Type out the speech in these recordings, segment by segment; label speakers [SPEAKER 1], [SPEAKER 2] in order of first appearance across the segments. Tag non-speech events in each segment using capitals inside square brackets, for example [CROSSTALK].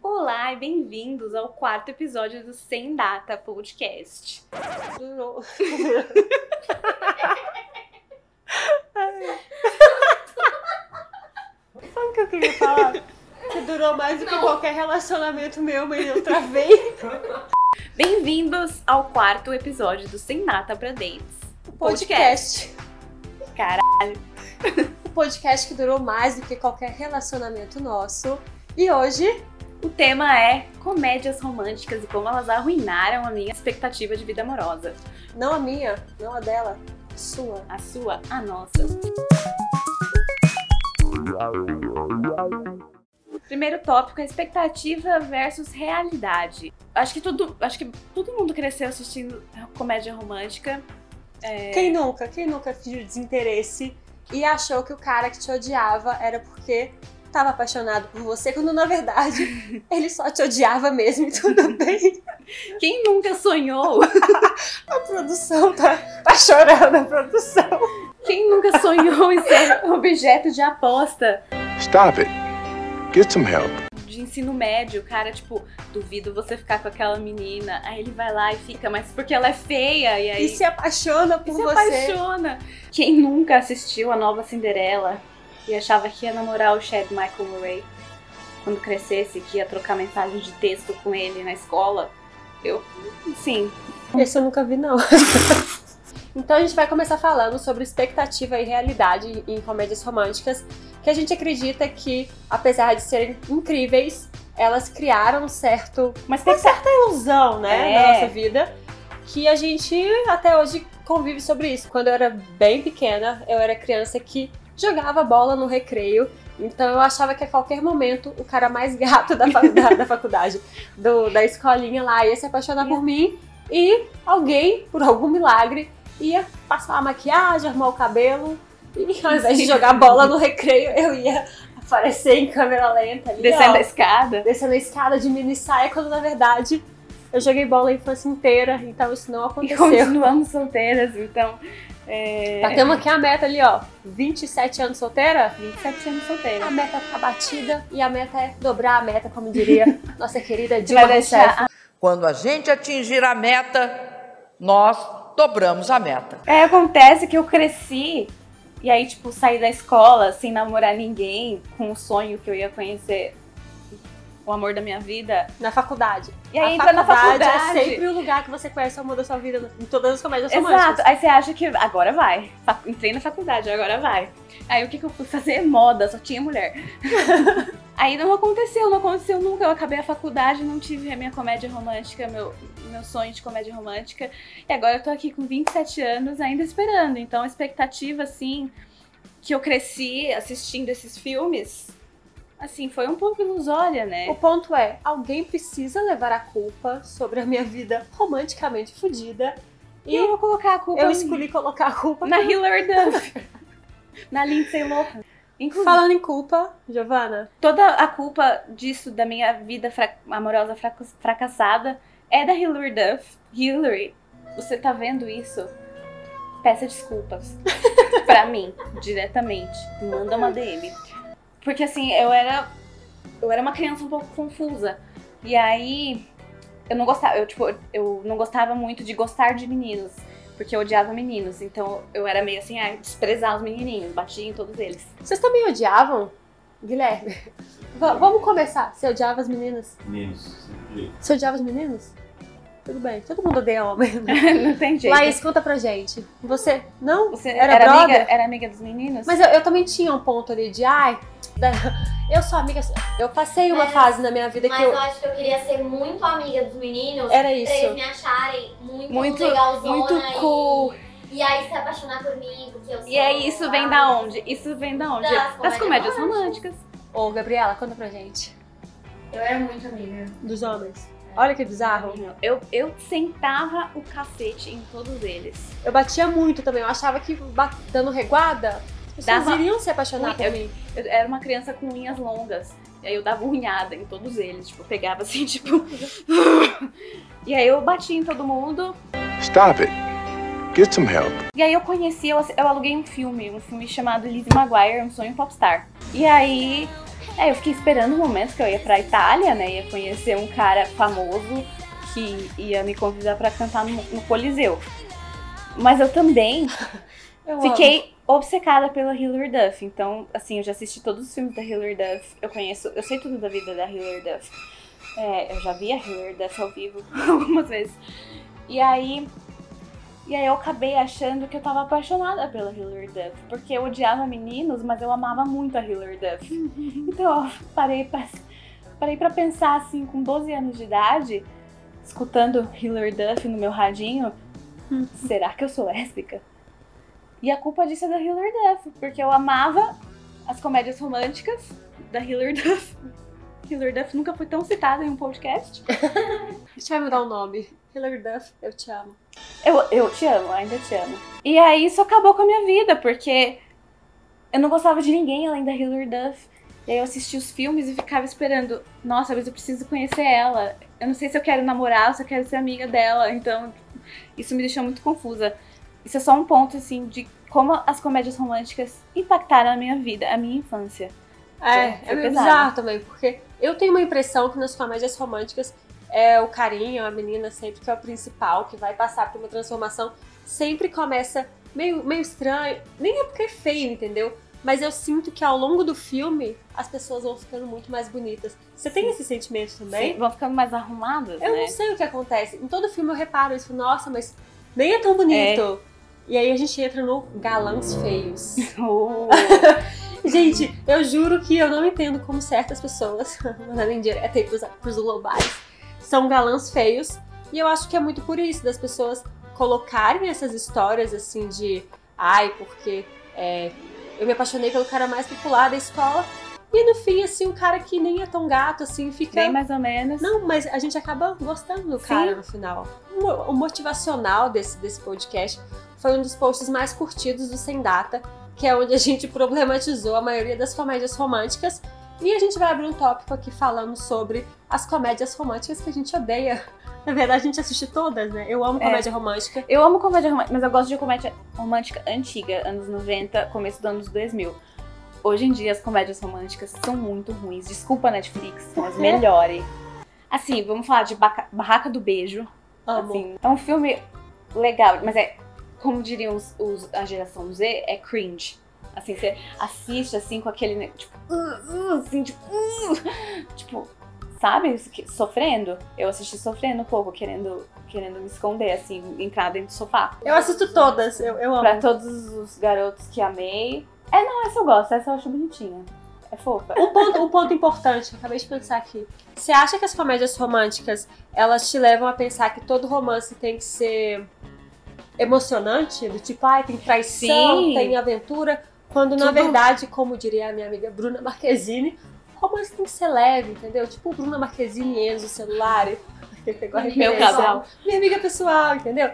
[SPEAKER 1] Olá e bem-vindos ao quarto episódio do Sem Data Podcast.
[SPEAKER 2] Durou.
[SPEAKER 1] Sabe o que eu queria falar?
[SPEAKER 2] Que durou mais do que qualquer relacionamento meu, mas eu travei.
[SPEAKER 1] Bem-vindos ao quarto episódio do Sem Data pra Dates.
[SPEAKER 2] Podcast.
[SPEAKER 1] Caralho.
[SPEAKER 2] O podcast que durou mais do que qualquer relacionamento nosso. E hoje,
[SPEAKER 1] O tema é comédias românticas e como elas arruinaram a minha expectativa de vida amorosa.
[SPEAKER 2] não a minha, não a dela, a sua.
[SPEAKER 1] A sua, a nossa. Primeiro tópico, é expectativa versus realidade. Acho que tudo, acho que todo mundo cresceu assistindo comédia romântica.
[SPEAKER 2] Quem nunca, quem nunca fingiu desinteresse e achou que o cara que te odiava era porque tava apaixonado por você, quando
[SPEAKER 1] [LAUGHS]
[SPEAKER 2] na verdade ele só te odiava mesmo e tudo bem.
[SPEAKER 1] Quem nunca sonhou?
[SPEAKER 2] A produção tá, tá chorando, a produção.
[SPEAKER 1] Quem nunca sonhou em ser [LAUGHS] objeto de aposta
[SPEAKER 3] Stop it. Get some help.
[SPEAKER 1] de ensino médio, o cara, tipo, duvido você ficar com aquela menina. Aí ele vai lá e fica, mas porque ela é feia, e aí
[SPEAKER 2] E se apaixona por
[SPEAKER 1] e
[SPEAKER 2] você.
[SPEAKER 1] apaixona. Quem nunca assistiu a nova Cinderela e achava que ia namorar o Chad Michael Murray quando crescesse, que ia trocar mensagem de texto com ele na escola? Eu, sim,
[SPEAKER 2] Esse eu nunca vi, não. [LAUGHS] então a gente vai começar falando sobre expectativa e realidade em comédias românticas, que a gente acredita que, apesar de serem incríveis, elas criaram um certo,
[SPEAKER 1] uma
[SPEAKER 2] uma
[SPEAKER 1] expectativa.
[SPEAKER 2] certa ilusão, né,
[SPEAKER 1] É.
[SPEAKER 2] na nossa vida, que a gente até hoje convive sobre isso. Quando eu era bem pequena, eu era criança que jogava bola no recreio, então eu achava que a qualquer momento o cara mais gato da, fa- da- da faculdade, do- da escolinha lá, ia se apaixonar por mim e alguém, por algum milagre, ia passar a maquiagem, arrumar o cabelo e ao invés de jogar bola no recreio, eu ia aparecer em câmera lenta ali, ó,
[SPEAKER 1] Descendo a escada.
[SPEAKER 2] descendo a escada de mini saia, quando na verdade eu joguei bola a infância inteira, então isso não
[SPEAKER 1] E
[SPEAKER 2] aconteceu.
[SPEAKER 1] continuamos solteiras, então. É...
[SPEAKER 2] Tá, temos aqui a meta ali, ó. 27 anos solteira?
[SPEAKER 1] 27 anos
[SPEAKER 2] A
[SPEAKER 1] solteira.
[SPEAKER 2] meta tá batida e a meta é dobrar a meta,
[SPEAKER 1] [LAUGHS]
[SPEAKER 2] como diria nossa querida
[SPEAKER 1] Vai
[SPEAKER 2] Dilma Rousseff.
[SPEAKER 1] deixar.
[SPEAKER 4] Quando a gente atingir a meta, nós dobramos a meta.
[SPEAKER 1] É, acontece que eu cresci e aí, tipo, saí da escola sem namorar ninguém, com o sonho que eu ia conhecer o amor da minha vida.
[SPEAKER 2] Na faculdade.
[SPEAKER 1] E aí
[SPEAKER 2] a
[SPEAKER 1] entra na faculdade.
[SPEAKER 2] é sempre o lugar que você conhece o amor da sua vida né? em todas as comédias
[SPEAKER 1] Exato.
[SPEAKER 2] românticas.
[SPEAKER 1] Aí você acha que agora vai. Fa- Entrei na faculdade, agora vai. Aí o que, que eu fui fazer? Moda, só tinha mulher. [LAUGHS] aí não aconteceu, não aconteceu nunca. Eu acabei a faculdade, não tive a minha comédia romântica, meu, meu sonho de comédia romântica. E agora eu tô aqui com 27 anos ainda esperando. Então a expectativa, assim, que eu cresci assistindo esses filmes, assim, foi um pouco ilusória,
[SPEAKER 2] O
[SPEAKER 1] né?
[SPEAKER 2] ponto é, alguém precisa levar a culpa sobre a minha vida romanticamente fodida.
[SPEAKER 1] E eu vou colocar a culpa
[SPEAKER 2] Eu
[SPEAKER 1] em-
[SPEAKER 2] escolhi colocar a culpa
[SPEAKER 1] na Hillary Duff.
[SPEAKER 2] [LAUGHS]
[SPEAKER 1] na Lindsay Lohan. Inclusive,
[SPEAKER 2] Falando em culpa, Giovana,
[SPEAKER 1] toda a culpa disso, da minha vida fra- amorosa fraca- fracassada, é da Hilary Duff. Hilary, você tá vendo isso? Peça desculpas. pra mim, diretamente. Manda uma DM. Porque assim, eu era. Eu era uma criança um pouco confusa. E aí. Eu não gostava. Eu, tipo, eu não gostava muito de gostar de meninos. Porque eu odiava meninos. Então eu era meio assim, ah, desprezar os menininhos. Batia em todos eles. [LAUGHS]
[SPEAKER 2] vocês também odiavam? Guilherme, va- vamos começar. Você odiava as meninas?
[SPEAKER 5] Menos, sempre.
[SPEAKER 2] Você odiava os meninos? Tudo bem, todo mundo odeia homem. Né?
[SPEAKER 1] não tem jeito.
[SPEAKER 2] Laís, conta pra gente. Você, não?
[SPEAKER 1] Você
[SPEAKER 2] Era
[SPEAKER 1] era,
[SPEAKER 2] brother?
[SPEAKER 1] amiga, era amiga dos meninos?
[SPEAKER 2] Mas eu, eu também tinha um ponto ali de, ai, da- eu sou amiga... Eu passei uma
[SPEAKER 6] Mas-
[SPEAKER 2] fase na minha vida
[SPEAKER 6] Mas
[SPEAKER 2] que
[SPEAKER 6] eu...
[SPEAKER 2] eu...
[SPEAKER 6] acho que eu queria ser muito amiga dos meninos.
[SPEAKER 2] Era
[SPEAKER 6] Pra eles
[SPEAKER 2] isso.
[SPEAKER 6] me acharem muito,
[SPEAKER 1] Muito-
[SPEAKER 6] legalzona.
[SPEAKER 1] é muito cool.
[SPEAKER 6] E, e aí se apaixonar por mim, porque eu sou...
[SPEAKER 1] E aí, isso vem da onde? Isso vem da onde?
[SPEAKER 6] Das comédias
[SPEAKER 1] comédias românticas.
[SPEAKER 2] Ô, Gabriela, conta pra gente.
[SPEAKER 6] Eu era muito amiga.
[SPEAKER 2] Dos homens. Olha que bizarro.
[SPEAKER 1] Eu, eu sentava o cacete em todos eles.
[SPEAKER 2] Eu batia muito também. Eu achava que ba- dando reguada, as pessoas
[SPEAKER 1] Dava-
[SPEAKER 2] iriam se apaixonar por
[SPEAKER 1] Eu-
[SPEAKER 2] mim.
[SPEAKER 1] Eu era uma criança com unhas longas. E aí eu dava unhada em todos eles. Tipo, eu pegava assim, [LAUGHS] tipo. e aí eu batia em todo mundo.
[SPEAKER 3] Stop it. Get some help.
[SPEAKER 1] E aí eu conheci, eu, ass- eu aluguei um filme, um filme chamado Lizzie Maguire, Um Sonho Popstar. E aí É, eu fiquei esperando o momento que eu ia pra Itália, né? Ia conhecer um cara famoso que ia me convidar pra cantar no, no Coliseu. Mas eu também
[SPEAKER 2] Eu
[SPEAKER 1] fiquei obcecada pela Hilary Duff. Então, assim, eu já assisti todos os filmes da Hilary Duff. Eu conheço, eu sei tudo da vida da Hilary Duff. É, eu já vi a Hilary Duff ao vivo [LAUGHS] algumas vezes. E aí. E aí eu acabei achando que eu tava apaixonada pela Hilary Duff. Porque eu odiava meninos, mas eu amava muito a Hilary Duff. Então eu parei pra, parei pra pensar assim, com 12 anos de idade, escutando Hilary Duff no meu radinho. Será que eu sou lésbica? E a culpa disso é da Hilary Duff, porque eu amava as comédias românticas da Hilary Duff. [LAUGHS] Hilary Duff nunca foi tão citada em um podcast.
[SPEAKER 2] amo. A gente vai mudar o um nome. Hilary Duff, eu te amo.
[SPEAKER 1] Eu, eu te amo, ainda te amo. E aí isso acabou com a minha vida, porque eu não gostava de ninguém além da Hilary Duff. E aí eu assistia os filmes e ficava esperando, nossa, mas eu preciso conhecer ela. Eu não sei se eu quero namorar ou se eu quero ser amiga dela. Então, isso me deixou muito confusa. Isso é só um ponto, assim, de como as comédias românticas impactaram a minha vida, a minha infância. Foi- foi
[SPEAKER 2] É, é meio
[SPEAKER 1] Então, pesado.
[SPEAKER 2] bizarro também, porque eu tenho uma impressão que nas comédias românticas é o carinho, a menina sempre que é o principal, que vai passar por uma transformação, sempre começa meio, meio estranho. Nem é porque é feio, entendeu? Mas eu sinto que ao longo do filme as pessoas vão ficando muito mais bonitas. Você tem esse sentimento também?
[SPEAKER 1] Sim, vão ficando mais arrumadas,
[SPEAKER 2] Eu
[SPEAKER 1] né?
[SPEAKER 2] não sei o que acontece. Em todo filme eu reparo isso, nossa, mas nem é tão bonito. E aí a gente entra no galãs feios.
[SPEAKER 1] Oh.
[SPEAKER 2] Gente, eu juro que eu não entendo como certas pessoas, [LAUGHS] mandando em direta aí pros, pros globais, são galãs feios. E eu acho que é muito por isso, das pessoas colocarem essas histórias assim de ai, porque é, eu me apaixonei pelo cara mais popular da escola. E no fim, assim, o cara que nem é tão gato, assim, fica.
[SPEAKER 1] Bem mais ou menos.
[SPEAKER 2] Não, mas a gente acaba gostando do
[SPEAKER 1] Sim.
[SPEAKER 2] cara no final. O mo- O motivacional desse, desse podcast foi um dos posts mais curtidos do Sem Data, que é onde a gente [LAUGHS] problematizou a maioria das comédias românticas. E a gente vai abrir um tópico aqui falando sobre as comédias românticas que a gente odeia. [LAUGHS] Na verdade, a gente assiste todas, né? Eu amo
[SPEAKER 1] É.
[SPEAKER 2] comédia romântica.
[SPEAKER 1] Eu amo comédia romântica, mas eu gosto de comédia romântica antiga, anos 90, começo dos anos 2000. Hoje em dia as comédias românticas são muito ruins. Desculpa, Netflix, mas
[SPEAKER 2] quê?
[SPEAKER 1] melhore. Assim, vamos falar de Baca- Barraca do Beijo.
[SPEAKER 2] Amo.
[SPEAKER 1] Assim, é um filme legal, mas é, como diriam os, os- a geração Z, é cringe. Assim, você assiste assim com aquele. ne- Tipo, "Uh, uh", assim, tipo, "Uh", tipo, sabe? Isso que- Sofrendo. Eu assisti sofrendo um pouco, querendo, querendo me esconder, assim, entrar dentro do sofá.
[SPEAKER 2] Eu assisto todas, eu, eu amo.
[SPEAKER 1] Pra todos os garotos que amei. É, não, essa eu gosto, essa eu acho bonitinha. É fofa.
[SPEAKER 2] Um ponto, um ponto importante, eu acabei de pensar aqui. Você acha que as comédias românticas elas te levam a pensar que todo romance tem que ser emocionante? Do tipo, ai, tem traição,
[SPEAKER 1] Sim.
[SPEAKER 2] tem aventura. Quando na
[SPEAKER 1] Tudo.
[SPEAKER 2] verdade, como diria a minha amiga Bruna Marquezine, o romance tem que ser leve, entendeu? Tipo Bruna Marquezine e [LAUGHS] Enzo celular. Ele pegou a
[SPEAKER 1] Meu
[SPEAKER 2] referência.
[SPEAKER 1] casal.
[SPEAKER 2] Minha amiga pessoal, entendeu?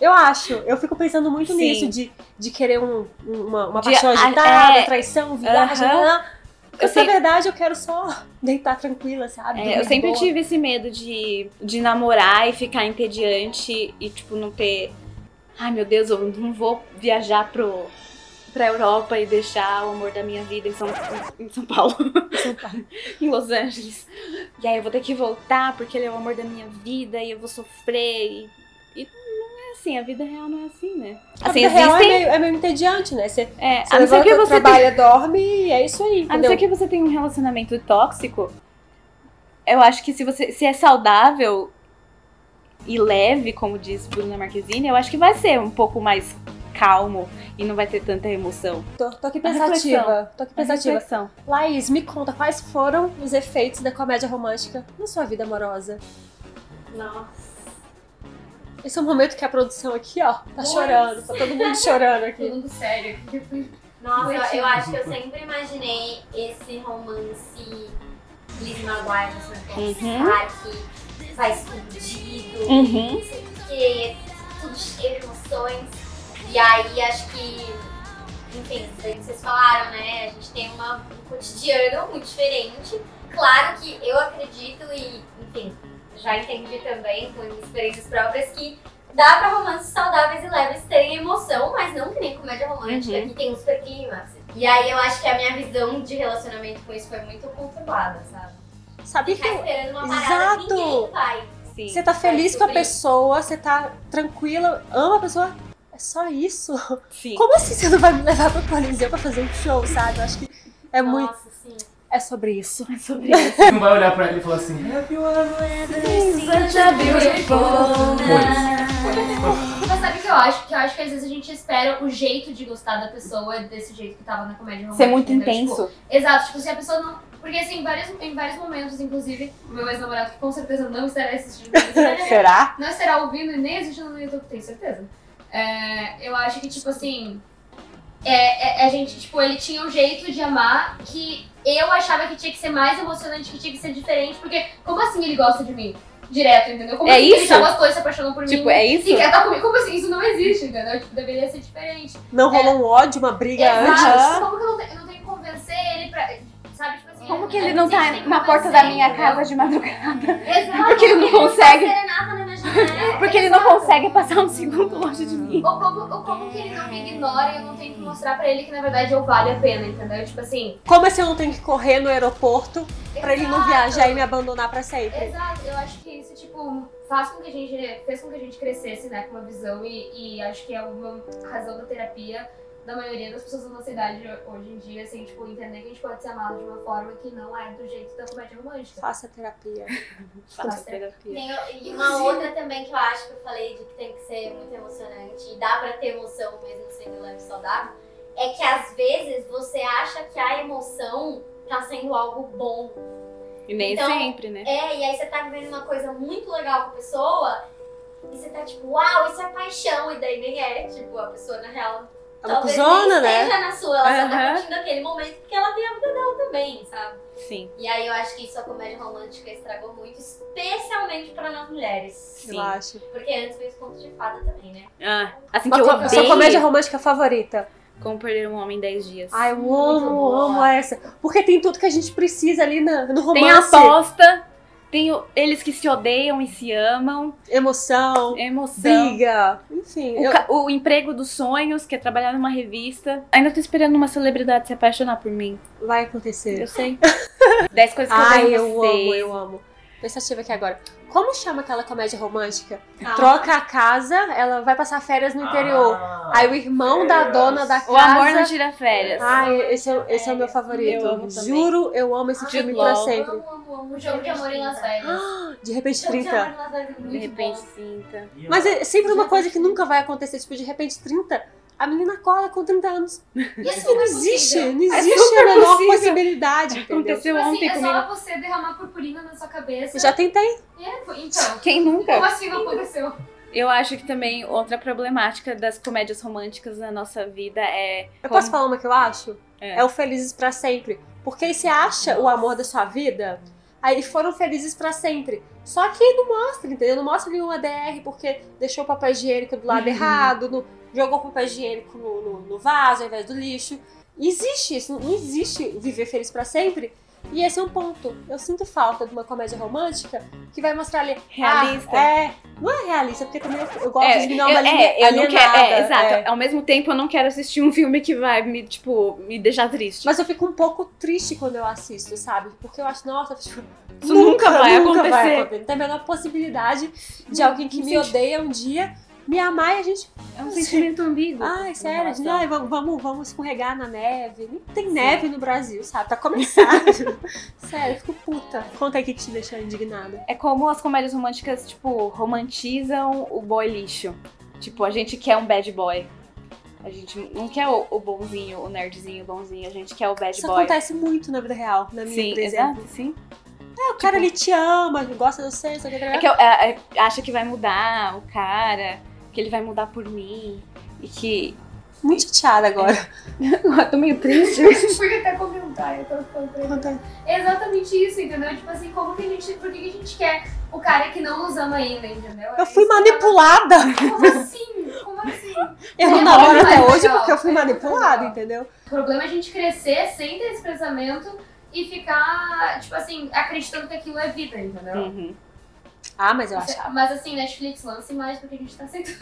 [SPEAKER 2] Eu acho, eu fico pensando muito
[SPEAKER 1] Sim.
[SPEAKER 2] nisso, de, de querer um- um- uma, uma
[SPEAKER 1] De-
[SPEAKER 2] paixão
[SPEAKER 1] a-
[SPEAKER 2] agitada,
[SPEAKER 1] é.
[SPEAKER 2] traição, viagem,
[SPEAKER 1] Aham.
[SPEAKER 2] lá. Porque,
[SPEAKER 1] Eu sei-
[SPEAKER 2] na verdade, eu quero só deitar tranquila, sabe?
[SPEAKER 1] É,
[SPEAKER 2] Dormir
[SPEAKER 1] eu
[SPEAKER 2] de
[SPEAKER 1] sempre
[SPEAKER 2] boa.
[SPEAKER 1] tive esse medo de, de namorar e ficar entediante e, tipo, não ter. Ai meu Deus, eu não vou viajar pro, pra Europa e deixar o amor da minha vida em São, em São Paulo. [LAUGHS] em Los Angeles. E aí eu vou ter que voltar porque ele é o amor da minha vida e eu vou sofrer. E, e não é assim, a vida real não é assim, né?
[SPEAKER 2] A
[SPEAKER 1] Assim,
[SPEAKER 2] vida real é
[SPEAKER 1] existem.
[SPEAKER 2] meio, é meio entediante, né? Você,
[SPEAKER 1] é,
[SPEAKER 2] você
[SPEAKER 1] a não ser
[SPEAKER 2] levanta,
[SPEAKER 1] que você tenha-
[SPEAKER 2] trabalha, dorme e é isso
[SPEAKER 1] A
[SPEAKER 2] aí,
[SPEAKER 1] não ser
[SPEAKER 2] entendeu?
[SPEAKER 1] que você tenha um relacionamento tóxico, eu acho que se você se é saudável e leve, como diz Bruna Marquezine, eu acho que vai ser um pouco mais calmo e não vai ter tanta emoção.
[SPEAKER 2] Tô, tô aqui
[SPEAKER 1] A reflexão.
[SPEAKER 2] pensativa. Tô aqui pensativa.
[SPEAKER 1] Reflexão.
[SPEAKER 2] Laís, me conta quais foram os efeitos da comédia romântica na sua vida amorosa.
[SPEAKER 6] Nossa.
[SPEAKER 2] Esse é um momento que a produção aqui, ó, tá
[SPEAKER 6] Pois.
[SPEAKER 2] chorando. Tá todo mundo chorando
[SPEAKER 5] Todo
[SPEAKER 2] aqui.
[SPEAKER 5] mundo sério. porque eu fui-
[SPEAKER 6] Nossa, eu,
[SPEAKER 5] Divertido.
[SPEAKER 6] acho que eu sempre imaginei esse romance Liz Maguire, assim, com
[SPEAKER 1] Uhum.
[SPEAKER 6] sotaque, vai escondido,
[SPEAKER 1] Uhum.
[SPEAKER 6] não sei o quê, tudo cheio de emoções. E aí acho que, enfim, isso aí que vocês falaram, né? A gente tem uma, um cotidiano muito diferente. Claro que eu acredito e, enfim, já entendi também com minhas experiências próprias que dá pra romances saudáveis e leves terem emoção, mas não que nem comédia romântica,
[SPEAKER 1] Uhum.
[SPEAKER 6] que tem um super clímax e E aí eu acho que a minha visão de relacionamento com isso foi muito conturbada, sabe?
[SPEAKER 2] Sabe
[SPEAKER 6] Ficar
[SPEAKER 2] que
[SPEAKER 6] esperando uma parada que
[SPEAKER 2] Então, Exato!
[SPEAKER 6] ninguém vai.
[SPEAKER 1] Sim.
[SPEAKER 2] você tá
[SPEAKER 1] é
[SPEAKER 2] feliz com a
[SPEAKER 6] sofrer.
[SPEAKER 2] pessoa, você tá tranquila, ama a pessoa. É só isso.
[SPEAKER 1] Sim.
[SPEAKER 2] Como assim você não vai me levar pro Coliseu pra fazer um show, sabe? Eu acho que é muito.
[SPEAKER 6] Nossa, assim, sim.
[SPEAKER 2] É sobre isso.
[SPEAKER 1] É sobre isso.
[SPEAKER 5] Você não vai olhar pra ele e falar assim, "Have you ever-"
[SPEAKER 1] Such a
[SPEAKER 2] Ah,
[SPEAKER 1] beautiful
[SPEAKER 7] Mas sabe o que eu acho? Que eu acho que às vezes a gente espera o jeito de gostar da pessoa desse jeito que tava na comédia romântica.
[SPEAKER 1] Ser é muito
[SPEAKER 7] entendeu?
[SPEAKER 1] intenso.
[SPEAKER 7] Tipo, exato, tipo, se a pessoa não. Porque assim, em vários, em vários momentos, inclusive, o meu ex-namorado que com certeza não estará assistindo.
[SPEAKER 1] [LAUGHS] Tipo,
[SPEAKER 2] Será?
[SPEAKER 7] não estará ouvindo e nem assistindo no YouTube, tenho certeza. É, eu acho que, tipo assim. É, é- a gente, tipo, ele tinha um jeito de amar que eu achava que tinha que ser mais emocionante, que tinha que ser diferente, porque como assim ele gosta de mim? Direto, entendeu? Como
[SPEAKER 1] É
[SPEAKER 7] assim ele
[SPEAKER 1] isso?
[SPEAKER 7] já gostou e se apaixonou por
[SPEAKER 1] Tipo,
[SPEAKER 7] mim?
[SPEAKER 1] é isso?
[SPEAKER 7] E quer estar comigo? Como assim? Isso não existe, entendeu? Tipo, deveria ser diferente.
[SPEAKER 2] Não rolou um ódio, uma briga
[SPEAKER 7] Exato. Tipo,
[SPEAKER 2] antes?
[SPEAKER 7] Como que eu não, tenho, eu não tenho que convencer ele pra. Sabe, tipo assim.
[SPEAKER 1] Como que
[SPEAKER 7] eu
[SPEAKER 1] ele não tá
[SPEAKER 7] sei, tem que
[SPEAKER 1] na porta
[SPEAKER 7] convencer,
[SPEAKER 1] da minha
[SPEAKER 7] entendeu?
[SPEAKER 1] casa de madrugada?
[SPEAKER 7] Exato.
[SPEAKER 1] Porque ele não
[SPEAKER 7] faz
[SPEAKER 1] consegue.
[SPEAKER 7] serenata na minha janela.
[SPEAKER 1] [LAUGHS] Porque ele não consegue passar um segundo longe de mim.
[SPEAKER 7] Ou como, ou como que ele não me ignora e eu não tenho que mostrar pra ele que na verdade eu valho a pena, entendeu? Tipo assim.
[SPEAKER 2] Como assim eu não tenho que correr no aeroporto pra ele não
[SPEAKER 7] exato,
[SPEAKER 2] viajar e me abandonar pra sempre?
[SPEAKER 7] Exato, eu acho que isso, tipo, faz com que a gente. fez com que a gente crescesse, né, com uma visão e, e acho que é uma razão da terapia da maioria das pessoas da nossa idade hoje em dia, assim, tipo, entender que a gente pode ser amado de uma forma que não é do jeito da comédia romântica.
[SPEAKER 2] Faça terapia.
[SPEAKER 1] Faço terapia.
[SPEAKER 6] Tem o- e uma outra também que eu acho que eu falei de que tem que ser muito emocionante e dá pra ter emoção mesmo sendo leve e saudável, é que às vezes você acha que a emoção tá sendo algo bom.
[SPEAKER 1] E nem
[SPEAKER 6] Então,
[SPEAKER 1] sempre, né?
[SPEAKER 6] É, e aí você tá vivendo uma coisa muito legal com a pessoa e você tá tipo, uau, isso é paixão, e daí nem é, tipo, a pessoa na real
[SPEAKER 2] É uma
[SPEAKER 6] talvez
[SPEAKER 2] cuzona,
[SPEAKER 6] nem
[SPEAKER 2] né?
[SPEAKER 6] esteja na sua, ela só tá
[SPEAKER 1] Aham.
[SPEAKER 6] curtindo aquele momento porque ela tem a vida dela também, sabe?
[SPEAKER 1] Sim.
[SPEAKER 6] E aí eu acho que isso a comédia romântica estragou muito, especialmente pra nós mulheres.
[SPEAKER 1] Sim.
[SPEAKER 2] Eu acho.
[SPEAKER 6] Porque antes veio os contos de fada também, né?
[SPEAKER 1] Ah, assim que
[SPEAKER 2] Uma
[SPEAKER 1] eu
[SPEAKER 2] co- sua
[SPEAKER 1] odeio
[SPEAKER 2] comédia romântica favorita.
[SPEAKER 1] como perder um homem em 10 dias.
[SPEAKER 2] Ai, eu amo,
[SPEAKER 6] boa.
[SPEAKER 2] amo essa. Porque tem tudo que a gente precisa ali na- no
[SPEAKER 1] tem a
[SPEAKER 2] romance.
[SPEAKER 1] aposta, tem o- eles que se odeiam e se amam,
[SPEAKER 2] Emoção,
[SPEAKER 1] emoção.
[SPEAKER 2] briga. Enfim,
[SPEAKER 1] O,
[SPEAKER 2] eu-
[SPEAKER 1] ca- o emprego dos sonhos, que é trabalhar numa revista. Ainda tô esperando uma celebridade se apaixonar por mim.
[SPEAKER 2] vai acontecer.
[SPEAKER 1] Eu sei. 10 coisas que
[SPEAKER 2] Ai,
[SPEAKER 1] eu
[SPEAKER 2] eu
[SPEAKER 1] odeio em vocês.
[SPEAKER 2] amo, eu amo. Pensativa aqui agora. Como chama aquela comédia romântica?
[SPEAKER 6] Ah,
[SPEAKER 2] Troca a casa, ela vai passar férias no interior.
[SPEAKER 5] Ah,
[SPEAKER 2] Aí o irmão da dona da casa.
[SPEAKER 1] O amor não tira férias.
[SPEAKER 2] Ai, esse é, esse é o meu favorito.
[SPEAKER 1] Eu amo também.
[SPEAKER 2] Juro, eu amo esse
[SPEAKER 1] Ai,
[SPEAKER 2] filme
[SPEAKER 1] eu
[SPEAKER 2] pra
[SPEAKER 1] amo.
[SPEAKER 2] sempre.
[SPEAKER 6] Amo, amo, amo.
[SPEAKER 7] O jogo de amor em Las Vegas.
[SPEAKER 2] Ah, De repente
[SPEAKER 6] Jogo de
[SPEAKER 2] 30.
[SPEAKER 6] amor em Las Vegas é muito
[SPEAKER 1] de repente,
[SPEAKER 6] bom.
[SPEAKER 1] cinta.
[SPEAKER 5] e
[SPEAKER 2] Mas
[SPEAKER 5] a-
[SPEAKER 2] é sempre uma coisa que nunca vai acontecer. Tipo, de repente 30. A menina acorda com 30 anos.
[SPEAKER 7] é
[SPEAKER 2] Isso não existe. Não existe a
[SPEAKER 1] é super
[SPEAKER 2] menor
[SPEAKER 1] possível.
[SPEAKER 2] possibilidade, entendeu?
[SPEAKER 1] Aconteceu
[SPEAKER 7] assim,
[SPEAKER 1] ontem
[SPEAKER 7] é
[SPEAKER 1] comigo.
[SPEAKER 7] só você derramar purpurina na sua cabeça.
[SPEAKER 2] Eu já tentei.
[SPEAKER 7] É, foi- então.
[SPEAKER 1] Quem
[SPEAKER 7] Como
[SPEAKER 1] nunca?
[SPEAKER 7] assim não aconteceu?
[SPEAKER 1] Eu acho que também outra problemática das comédias românticas na nossa vida é.
[SPEAKER 2] Eu
[SPEAKER 1] como-
[SPEAKER 2] posso falar uma que eu acho?
[SPEAKER 1] É.
[SPEAKER 2] É, o Felizes pra Sempre. Porque aí você acha o amor da sua vida, aí foram felizes pra sempre. Só que não mostra, entendeu? Não mostra nenhuma DR porque deixou o papel higiênico do lado
[SPEAKER 1] Uhum.
[SPEAKER 2] errado, não- jogou o papel higiênico no, no- no vaso ao invés do lixo. Existe isso, não existe viver feliz pra sempre. E esse é um ponto. Eu sinto falta de uma comédia romântica que vai mostrar ali.
[SPEAKER 1] Realista.
[SPEAKER 2] Ah, é. Não é realista, porque também eu, eu gosto
[SPEAKER 1] É,
[SPEAKER 2] de me dar uma
[SPEAKER 1] eu,
[SPEAKER 2] linha
[SPEAKER 1] é, eu não quero.
[SPEAKER 2] alienada,
[SPEAKER 1] É, exato.
[SPEAKER 2] é.
[SPEAKER 1] Ao mesmo tempo, eu não quero assistir um filme que vai me, tipo, me deixar triste.
[SPEAKER 2] Mas eu fico um pouco triste quando eu assisto, sabe? Porque eu acho, nossa, tipo,
[SPEAKER 1] Isso nunca vai acontecer.
[SPEAKER 2] Não tem a menor possibilidade de alguém que
[SPEAKER 1] não
[SPEAKER 2] me
[SPEAKER 1] senti-
[SPEAKER 2] odeia um dia me amar e a gente.
[SPEAKER 1] é um sentimento ambíguo.
[SPEAKER 2] Ai, sério, a gente,
[SPEAKER 1] relação.
[SPEAKER 2] ai, vamos, vamos, vamos escorregar na neve. Nem tem neve no Brasil, sabe? Pra começar. sério, eu fico puta. Conta aí o que te deixou indignada.
[SPEAKER 1] É como as comédias românticas, tipo, romantizam o boy lixo. Tipo, a gente quer um bad boy. A gente não quer o, o bonzinho, o nerdzinho bonzinho. A gente quer o bad
[SPEAKER 2] Isso
[SPEAKER 1] boy.
[SPEAKER 2] acontece muito na vida real, na minha,
[SPEAKER 1] Sim,
[SPEAKER 2] por exemplo.
[SPEAKER 1] exato, sim.
[SPEAKER 2] É, o cara, ele te ama, ele gosta de você, só que...
[SPEAKER 1] É que eu- é- é- acha que vai mudar o cara, que ele vai mudar por mim. E que.
[SPEAKER 2] Muito chateada agora.
[SPEAKER 1] [LAUGHS] eu tô meio triste.
[SPEAKER 7] Fui até comentar, eu tô falando pra ele.
[SPEAKER 2] Conta aí.
[SPEAKER 7] É exatamente isso, entendeu? Tipo assim, como que a gente. Por que que a gente quer o cara que não nos ama ainda, entendeu? É
[SPEAKER 2] Eu fui
[SPEAKER 7] isso que eu
[SPEAKER 2] manipulada!
[SPEAKER 7] tava- Como assim? Como assim?
[SPEAKER 2] Eu não
[SPEAKER 7] Ele
[SPEAKER 2] namoro
[SPEAKER 7] é
[SPEAKER 2] até
[SPEAKER 7] muito
[SPEAKER 2] hoje
[SPEAKER 7] legal,
[SPEAKER 2] porque eu fui
[SPEAKER 7] ele é muito
[SPEAKER 2] manipulada,
[SPEAKER 7] legal.
[SPEAKER 2] entendeu?
[SPEAKER 7] O problema é a gente crescer sem ter esse pensamento e ficar, tipo assim, acreditando que aquilo é vida, entendeu?
[SPEAKER 1] Uhum.
[SPEAKER 2] Ah, mas eu
[SPEAKER 7] Mas-
[SPEAKER 2] achava.
[SPEAKER 7] Mas assim, Netflix lance mais do que a gente tá aceitando.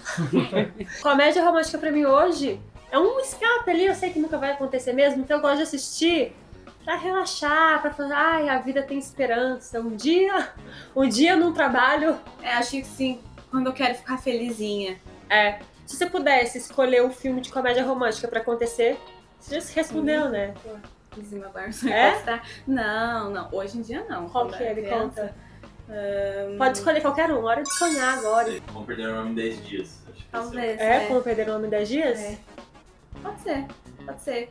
[SPEAKER 2] Comédia romântica é pra mim hoje É um escape ali, eu sei que nunca vai acontecer mesmo, então eu gosto de assistir pra relaxar, pra falar, ai, a vida tem esperança. Um dia, um dia num trabalho.
[SPEAKER 1] É, acho que sim, quando eu quero ficar felizinha.
[SPEAKER 2] É. Se você pudesse escolher um filme de comédia romântica pra acontecer, você já se respondeu, né?
[SPEAKER 1] Dizima Barson
[SPEAKER 2] É?
[SPEAKER 1] Não, não. Hoje em dia não.
[SPEAKER 2] Qual
[SPEAKER 1] Quando
[SPEAKER 2] que é
[SPEAKER 1] eu era
[SPEAKER 2] ele
[SPEAKER 1] criança.
[SPEAKER 2] conta? Pode escolher qualquer um, hora de sonhar agora.
[SPEAKER 8] Vão perder o nome em 10 dias. Acho que
[SPEAKER 1] Talvez.
[SPEAKER 2] É,
[SPEAKER 1] né?
[SPEAKER 2] como perder o nome das dias?
[SPEAKER 1] É. Pode ser. Pode ser.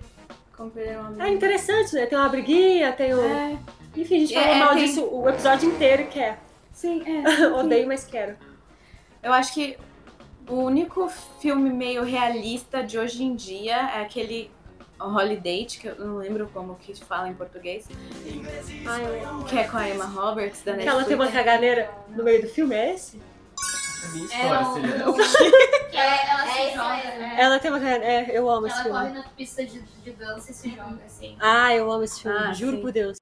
[SPEAKER 1] Comprei uma
[SPEAKER 2] É interessante, né? Tem uma briguinha, tem o.
[SPEAKER 1] É,
[SPEAKER 2] Enfim, a gente
[SPEAKER 1] É,
[SPEAKER 2] falou
[SPEAKER 1] é,
[SPEAKER 2] mal
[SPEAKER 1] tem-
[SPEAKER 2] disso o episódio inteiro que é. [LAUGHS]
[SPEAKER 1] sim, é.
[SPEAKER 2] Odeio, mas quero.
[SPEAKER 1] Eu acho que o único filme meio realista de hoje em dia é aquele Holiday, que eu não lembro como que fala em português,
[SPEAKER 2] Ai, eu-
[SPEAKER 1] que é com a Emma Roberts, da
[SPEAKER 2] que ela
[SPEAKER 1] Netflix.
[SPEAKER 2] tem uma caganeira no meio do filme, é esse?
[SPEAKER 5] É minha
[SPEAKER 7] Ela,
[SPEAKER 5] história,
[SPEAKER 2] um-
[SPEAKER 5] seria.
[SPEAKER 7] que ela, ela
[SPEAKER 6] É
[SPEAKER 7] se
[SPEAKER 6] isso
[SPEAKER 7] joga,
[SPEAKER 6] mesmo.
[SPEAKER 7] né?
[SPEAKER 2] Ela tem uma caganeira. É, eu amo esse
[SPEAKER 7] Ela corre
[SPEAKER 2] filme.
[SPEAKER 7] na pista de, de dança e se joga, assim.
[SPEAKER 2] Ah, eu amo esse filme,
[SPEAKER 1] Ah,
[SPEAKER 2] juro
[SPEAKER 1] sim.
[SPEAKER 2] por Deus.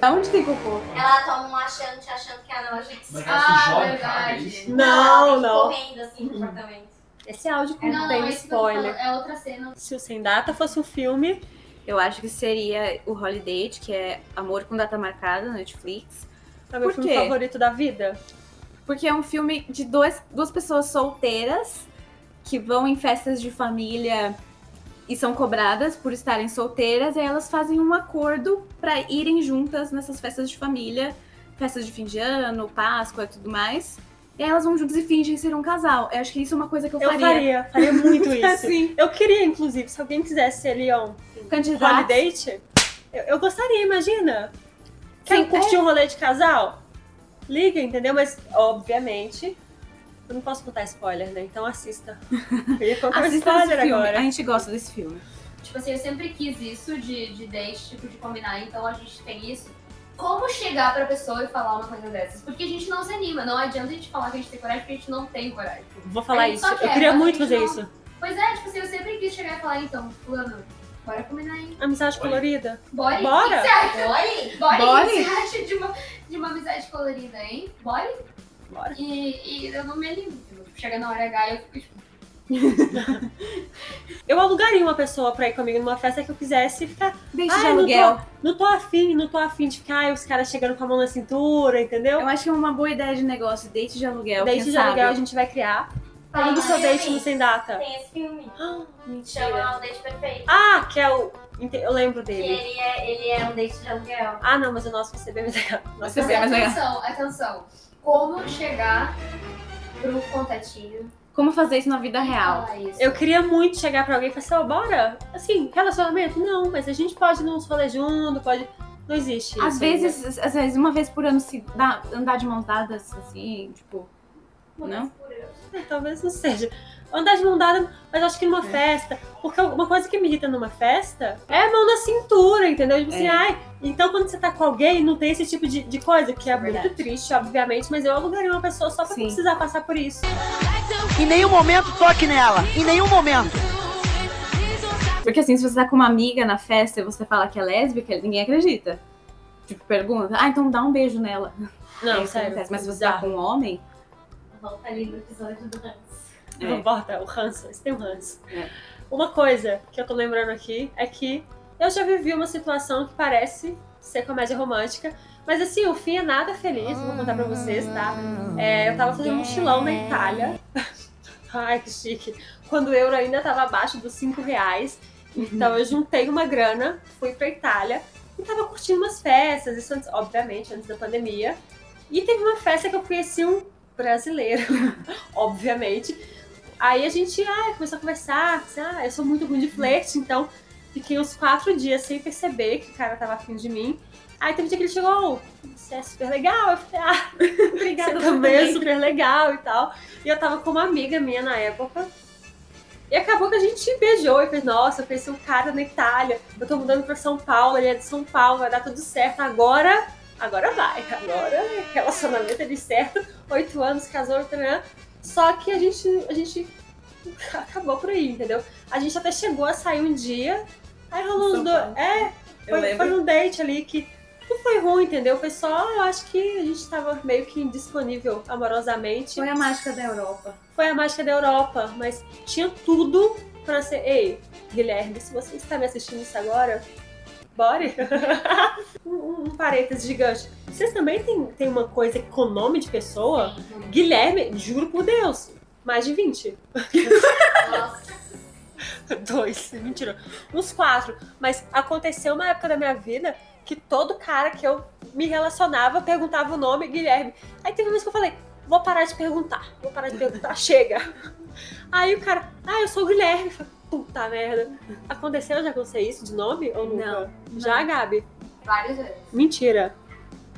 [SPEAKER 1] Aonde tem cocô?
[SPEAKER 6] Ela toma um laxante achando que é analgésico.
[SPEAKER 5] Mas ela se
[SPEAKER 7] Ah,
[SPEAKER 5] joga,
[SPEAKER 7] verdade.
[SPEAKER 5] cara, é
[SPEAKER 2] [LAUGHS]
[SPEAKER 5] isso?
[SPEAKER 2] Não,
[SPEAKER 6] Ela
[SPEAKER 2] não. Uhum.
[SPEAKER 6] fica Correndo assim no apartamento.
[SPEAKER 2] Esse áudio
[SPEAKER 7] Não, não,
[SPEAKER 2] contém
[SPEAKER 7] é isso que eu tô
[SPEAKER 2] spoiler.
[SPEAKER 7] falando, É outra cena.
[SPEAKER 2] Se o Sem Data fosse um filme,
[SPEAKER 1] Eu acho que seria o Holiday, que é Amor com Data Marcada, na Netflix.
[SPEAKER 2] é o meu
[SPEAKER 1] Por
[SPEAKER 2] filme
[SPEAKER 1] quê?
[SPEAKER 2] favorito da vida.
[SPEAKER 1] Porque é um filme de dois, duas pessoas solteiras que vão em festas de família e são cobradas por estarem solteiras, e aí elas fazem um acordo pra irem juntas nessas festas de família, festas de fim de ano, Páscoa e tudo mais. E aí elas vão juntas e fingem ser um casal. Eu acho que isso é uma coisa que eu,
[SPEAKER 2] Eu faria, faria muito isso.
[SPEAKER 1] Assim,
[SPEAKER 2] Eu queria, inclusive, se alguém quisesse ali, ó, um
[SPEAKER 1] candidato.
[SPEAKER 2] holiday, eu, eu gostaria, imagina. Quem
[SPEAKER 1] Sim,
[SPEAKER 2] curtir um rolê de casal? Liga, entendeu? Mas, obviamente, eu não posso contar spoiler, né? Então assista. Eu ia contar
[SPEAKER 1] Assistam esse
[SPEAKER 2] spoiler
[SPEAKER 1] filme.
[SPEAKER 2] agora.
[SPEAKER 1] A gente gosta desse filme.
[SPEAKER 7] Tipo assim, eu sempre quis isso de, de date, tipo, de combinar. Então a gente tem isso. Como chegar pra pessoa e falar uma coisa dessas? Porque a gente não se anima. Não adianta a gente falar que a gente tem coragem, porque a gente não tem coragem.
[SPEAKER 2] Vou É, falar
[SPEAKER 7] A gente
[SPEAKER 2] isso.
[SPEAKER 7] só
[SPEAKER 2] Eu
[SPEAKER 7] quer,
[SPEAKER 2] queria
[SPEAKER 7] mas a
[SPEAKER 2] muito
[SPEAKER 7] gente
[SPEAKER 2] fazer
[SPEAKER 7] não-
[SPEAKER 2] isso.
[SPEAKER 7] Pois é, tipo assim, eu sempre quis chegar e falar, então, fulano, bora combinar, hein?
[SPEAKER 2] Amizade
[SPEAKER 8] Olha.
[SPEAKER 2] colorida.
[SPEAKER 7] Bora? hein?
[SPEAKER 2] Bora?
[SPEAKER 7] O que você acha?
[SPEAKER 6] Olha!
[SPEAKER 7] Bora?
[SPEAKER 1] Bora?
[SPEAKER 7] O que você acha de uma, de uma amizade colorida, hein? Bora?
[SPEAKER 2] Bora.
[SPEAKER 7] E, e eu não me animo. Tipo, Chega na hora H e eu fico tipo,
[SPEAKER 2] Eu alugaria uma pessoa pra ir comigo numa festa que eu quisesse e ficar.
[SPEAKER 1] Deixa de
[SPEAKER 2] Ah, não
[SPEAKER 1] aluguel.
[SPEAKER 2] tô, não tô afim, não tô afim de ficar. e os caras chegando com a mão na cintura, entendeu?
[SPEAKER 1] Eu acho que é uma boa ideia de negócio, date de aluguel.
[SPEAKER 2] date
[SPEAKER 1] quem
[SPEAKER 2] de
[SPEAKER 1] sabe?
[SPEAKER 2] aluguel a gente vai criar. Fala do
[SPEAKER 6] Tem
[SPEAKER 2] seu
[SPEAKER 6] filme.
[SPEAKER 2] date no Sem Data.
[SPEAKER 6] Tem esse filme.
[SPEAKER 2] Ah,
[SPEAKER 6] Chama o date perfeito.
[SPEAKER 2] Ah, que é o. ente- Eu lembro
[SPEAKER 6] Que
[SPEAKER 2] dele.
[SPEAKER 6] ele é, ele é um date de aluguel.
[SPEAKER 2] Ah, não, mas o nosso vai ser bem mais legal. Nossa,
[SPEAKER 1] Você vê, mas é-
[SPEAKER 7] atenção, atenção. Como chegar pro contatinho
[SPEAKER 1] Como fazer isso na vida
[SPEAKER 7] e
[SPEAKER 1] real?
[SPEAKER 7] falar isso?
[SPEAKER 2] Eu queria muito chegar pra alguém e falar assim, ó, bora? Assim, relacionamento? Não, mas a gente pode ir num rolê junto, pode. Não existe.
[SPEAKER 1] Às
[SPEAKER 2] isso
[SPEAKER 1] vezes, às vezes, uma vez por ano se dá- andar de mãos dadas, assim, tipo. Não?
[SPEAKER 2] ainda. É, Talvez não seja. Andar de mão dada, mas acho que
[SPEAKER 1] É.
[SPEAKER 2] numa festa. Porque uma coisa que me irrita numa festa é a mão na cintura, entendeu? Tipo assim,
[SPEAKER 1] É.
[SPEAKER 2] ai. Então quando você tá com alguém, não tem esse tipo de, de coisa, que é,
[SPEAKER 1] verdade.
[SPEAKER 2] muito triste, obviamente, mas eu alugaria uma pessoa só pra
[SPEAKER 1] Sim.
[SPEAKER 2] não precisar passar por isso.
[SPEAKER 9] Em nenhum momento toque nela. Em nenhum momento.
[SPEAKER 1] Porque assim, se você tá com uma amiga na festa e você fala que é lésbica, ninguém acredita. Tipo, pergunta, ah, então dá um beijo nela. É
[SPEAKER 2] Não,
[SPEAKER 1] Isso
[SPEAKER 2] sério.
[SPEAKER 1] acontece. Mas se você tá com um homem,
[SPEAKER 6] Volta ali no episódio do Hans.
[SPEAKER 1] É.
[SPEAKER 2] Não importa, o ranço, isso tem um ranço.
[SPEAKER 1] É.
[SPEAKER 2] Uma coisa que eu tô lembrando aqui é que eu já vivi uma situação que parece ser comédia romântica, mas assim, o fim é nada feliz, vou contar pra vocês, tá? É, eu tava fazendo um mochilão na Itália. [LAUGHS] Ai, que chique. Quando o euro ainda tava abaixo dos 5 reais. Então eu juntei uma grana, fui pra Itália e tava curtindo umas festas, isso antes, obviamente, antes da pandemia. E teve uma festa que eu conheci um brasileiro, [LAUGHS] obviamente. Aí a gente ah, começou a conversar, disse, ah, eu sou muito ruim de flerte, então fiquei uns quatro dias sem perceber que o cara tava afim de mim. Aí teve um dia que ele chegou, "Oh, você é super legal. Eu falei, ah, [LAUGHS]
[SPEAKER 1] Obrigada,
[SPEAKER 2] você também é
[SPEAKER 1] também.
[SPEAKER 2] super legal e tal. E eu tava com uma amiga minha na época. E acabou que a gente beijou e fez, nossa, eu conheci um cara na Itália, eu tô mudando pra São Paulo, ele é de São Paulo, vai dar tudo certo. Agora, agora vai, agora é relacionamento é de certo, oito anos, casou, tarará. só que a gente, a gente acabou por aí, entendeu? A gente até chegou a sair um dia, aí rolou
[SPEAKER 1] São
[SPEAKER 2] uns dois.
[SPEAKER 1] Paulo.
[SPEAKER 2] É,
[SPEAKER 1] eu
[SPEAKER 2] foi,
[SPEAKER 1] lembro.
[SPEAKER 2] foi um date ali que Não foi ruim, entendeu? Foi só, eu acho que a gente tava meio que indisponível amorosamente.
[SPEAKER 1] Foi a mágica da Europa.
[SPEAKER 2] Foi a mágica da Europa, mas tinha tudo pra ser. Ei, Guilherme, se você está me assistindo isso agora, bore! [LAUGHS] um, um, um parênteses gigante. Vocês também têm, têm uma coisa com nome de pessoa? Guilherme, juro por Deus, mais de 20.
[SPEAKER 6] Nossa, [LAUGHS]
[SPEAKER 2] [LAUGHS] Dois, mentira. Uns quatro. Mas aconteceu uma época da minha vida que todo cara que eu me relacionava perguntava o nome Guilherme. Aí teve uma vez que eu falei, vou parar de perguntar, vou parar de perguntar, [LAUGHS] chega. Aí o cara, ah, eu sou o Guilherme. Eu falei, Puta merda. Aconteceu já com você isso de nome ou nunca?
[SPEAKER 1] Não.
[SPEAKER 2] Já, Gabi?
[SPEAKER 7] Várias vezes.
[SPEAKER 2] mentira.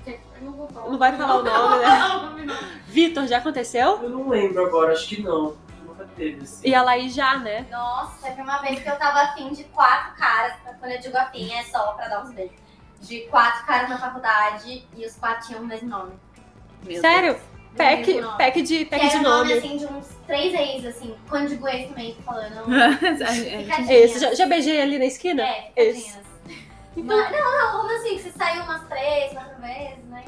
[SPEAKER 7] Eu não vou falar.
[SPEAKER 2] Não vai falar o nome,
[SPEAKER 1] [LAUGHS]
[SPEAKER 2] né?
[SPEAKER 7] nome, não.
[SPEAKER 2] Vitor, já aconteceu?
[SPEAKER 5] Eu não lembro agora, acho que não. Nunca teve assim.
[SPEAKER 2] E a Laís já, né?
[SPEAKER 6] nossa, teve uma vez que eu tava afim de quatro caras, pra- quando eu digo afim é só pra dar uns beijos. De quatro caras na faculdade e os quatro tinham o mesmo nome.
[SPEAKER 4] Meu
[SPEAKER 2] Sério?
[SPEAKER 6] O
[SPEAKER 2] Pack,
[SPEAKER 6] mesmo nome.
[SPEAKER 2] pack de,
[SPEAKER 6] Que
[SPEAKER 2] pack
[SPEAKER 6] era
[SPEAKER 2] de
[SPEAKER 6] o nome,
[SPEAKER 2] nome.
[SPEAKER 6] assim, de uns três ex, assim, cônjugo ex também,
[SPEAKER 2] [LAUGHS]
[SPEAKER 6] falando.
[SPEAKER 1] [LAUGHS]
[SPEAKER 6] Ficadinhas.
[SPEAKER 2] É, Esse, já, já beijei ali na esquina?
[SPEAKER 6] É,
[SPEAKER 2] Esse.
[SPEAKER 6] ficadinhas. Mas- não, não, como assim, que você saiu umas três, quatro vezes, né?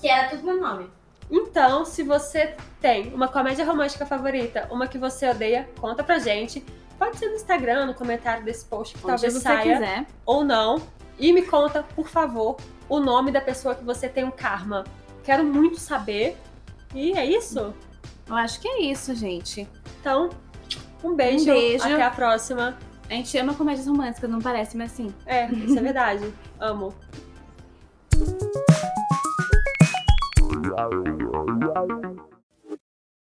[SPEAKER 6] Que era tudo meu nome.
[SPEAKER 2] Então, se você tem uma comédia romântica favorita, uma que você odeia, conta pra gente. Pode ser no Instagram, no comentário desse post que
[SPEAKER 1] Onde
[SPEAKER 2] talvez
[SPEAKER 1] você
[SPEAKER 2] saia
[SPEAKER 1] quiser.
[SPEAKER 2] ou não. E me conta, por favor, o nome da pessoa que você tem um karma. Quero muito saber. E é isso.
[SPEAKER 1] Eu acho que é isso, gente.
[SPEAKER 2] Então, um beijo.
[SPEAKER 1] Um beijo.
[SPEAKER 2] Até a próxima.
[SPEAKER 1] A gente ama comédias românticas, não parece, mas assim, sim.
[SPEAKER 2] É, isso é verdade. Amo.